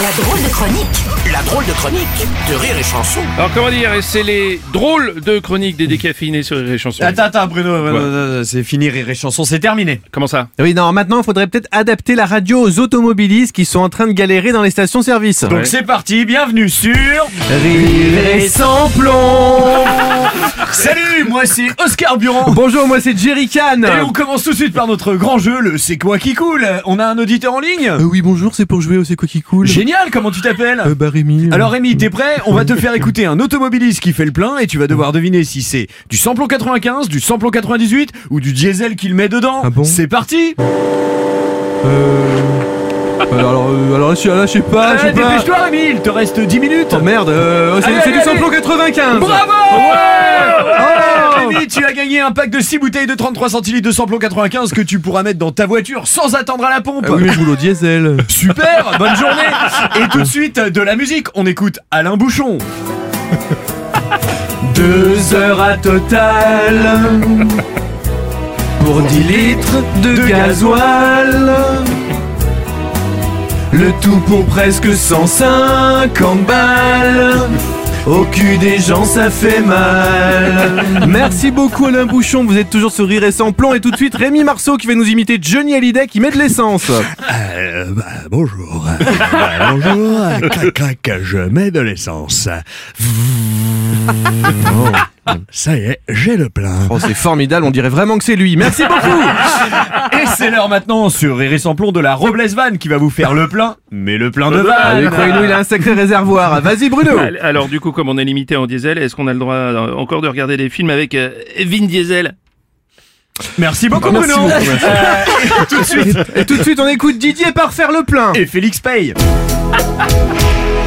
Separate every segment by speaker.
Speaker 1: La drôle de chronique
Speaker 2: La drôle de chronique de Rire et Chanson.
Speaker 3: Alors comment dire, c'est les drôles de chroniques des décaffinés sur les chansons.
Speaker 4: Attends, attends, Bruno, euh, non, non, non, c'est fini, Rire et Chanson, c'est terminé.
Speaker 3: Comment ça
Speaker 5: Oui, non, maintenant, il faudrait peut-être adapter la radio aux automobilistes qui sont en train de galérer dans les stations-service.
Speaker 4: Donc c'est parti, bienvenue sur...
Speaker 5: Rire et sans plomb
Speaker 4: Salut, moi c'est Oscar Buron
Speaker 5: Bonjour, moi c'est Jerry Can
Speaker 4: Et on commence tout de suite par notre grand jeu, le C'est quoi qui coule On a un auditeur en ligne
Speaker 5: Euh, Oui, bonjour, c'est pour jouer au C'est quoi qui coule
Speaker 4: Génial, comment tu t'appelles
Speaker 5: Euh, bah, Rémi. euh,
Speaker 4: Alors Rémi, t'es prêt On va te faire écouter un automobiliste qui fait le plein et tu vas
Speaker 5: euh.
Speaker 4: devoir deviner si c'est du samplon 95, du samplon 98 ou du diesel qu'il met dedans.
Speaker 5: Ah bon
Speaker 4: c'est parti
Speaker 5: euh, Alors, euh, alors là, je, là, je sais pas, je
Speaker 4: Ah,
Speaker 5: sais pas.
Speaker 4: Dépêche-toi Rémi, il te reste 10 minutes
Speaker 5: Oh merde, euh, oh, c'est
Speaker 4: Allez,
Speaker 5: c'est du
Speaker 4: allez,
Speaker 5: samplon 95
Speaker 4: Bravo Rémi, tu as gagné un pack de 6 bouteilles de 33 centilitres de samplon 95 que tu pourras mettre dans ta voiture sans attendre à la pompe.
Speaker 5: Ah Oui, mais je roule au diesel.
Speaker 4: Super, bonne journée Et tout de suite, de la musique, on écoute Alain Bouchon. Deux heures à total
Speaker 5: Pour 10 litres
Speaker 4: de gasoil
Speaker 5: le tout pour presque 150 balles. Au cul des gens, ça fait mal. Merci beaucoup, Alain Bouchon. Vous êtes toujours sur Rire et sans plomb. Et tout de suite, Rémi Marceau qui va nous imiter Johnny Hallyday qui met de l'essence.
Speaker 6: Euh, bah, bonjour. Euh, bah, bonjour. Euh, Clac, clac, je mets de l'essence. Oh, Ça y est, j'ai le plein.
Speaker 5: Oh, c'est formidable. On dirait vraiment que c'est lui. Merci beaucoup.
Speaker 4: Et c'est l'heure maintenant sur Rire et sans plomb de la Robles Van qui va vous faire le plein, mais le plein de
Speaker 5: Ah oui,
Speaker 4: vanne
Speaker 5: croyez-nous, il a un sacré réservoir. Vas-y, Bruno.
Speaker 3: Allez, Alors du coup, comme on est limité en diesel, est-ce qu'on a le droit euh, encore de regarder des films avec euh, Vin Diesel
Speaker 4: Merci beaucoup
Speaker 5: Merci
Speaker 4: Bruno
Speaker 5: beaucoup, ouais.
Speaker 4: Euh, et tout de suite,
Speaker 5: Et tout de suite, on écoute Didier par faire le plein.
Speaker 4: et Félix Paye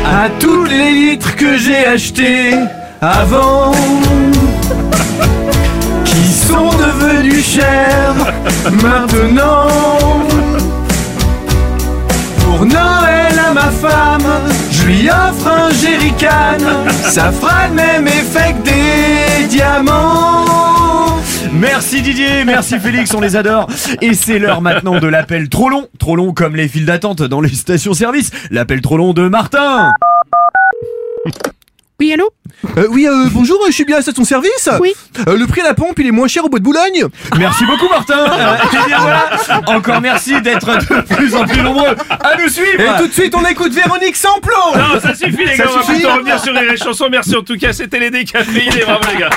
Speaker 5: À tous les litres que j'ai achetés avant, qui sont devenus chers maintenant. Pour Noël à ma femme, je lui offre un jerrycan. Ça fera le même effet que des diamants.
Speaker 4: Merci Didier, merci Félix, on les adore. Et c'est l'heure maintenant de l'appel trop long, trop long comme les files d'attente dans les stations-service. L'appel trop long de Martin.
Speaker 7: Oui, allô
Speaker 5: Euh, oui, bonjour, je suis bien à son service. Euh,
Speaker 7: Oui.
Speaker 5: le prix à la pompe, il est moins cher au bois de Boulogne.
Speaker 4: Merci beaucoup Martin. Euh, et bien voilà, encore merci d'être de plus en plus nombreux à nous suivre.
Speaker 5: Et tout de suite, on écoute Véronique Samplon.
Speaker 3: Non, Oh, ça suffit les
Speaker 5: Ça
Speaker 3: gars, on va
Speaker 5: suffit
Speaker 3: plutôt revenir sur les chansons. Merci en tout cas, c'était les décaffinés, bravo les gars.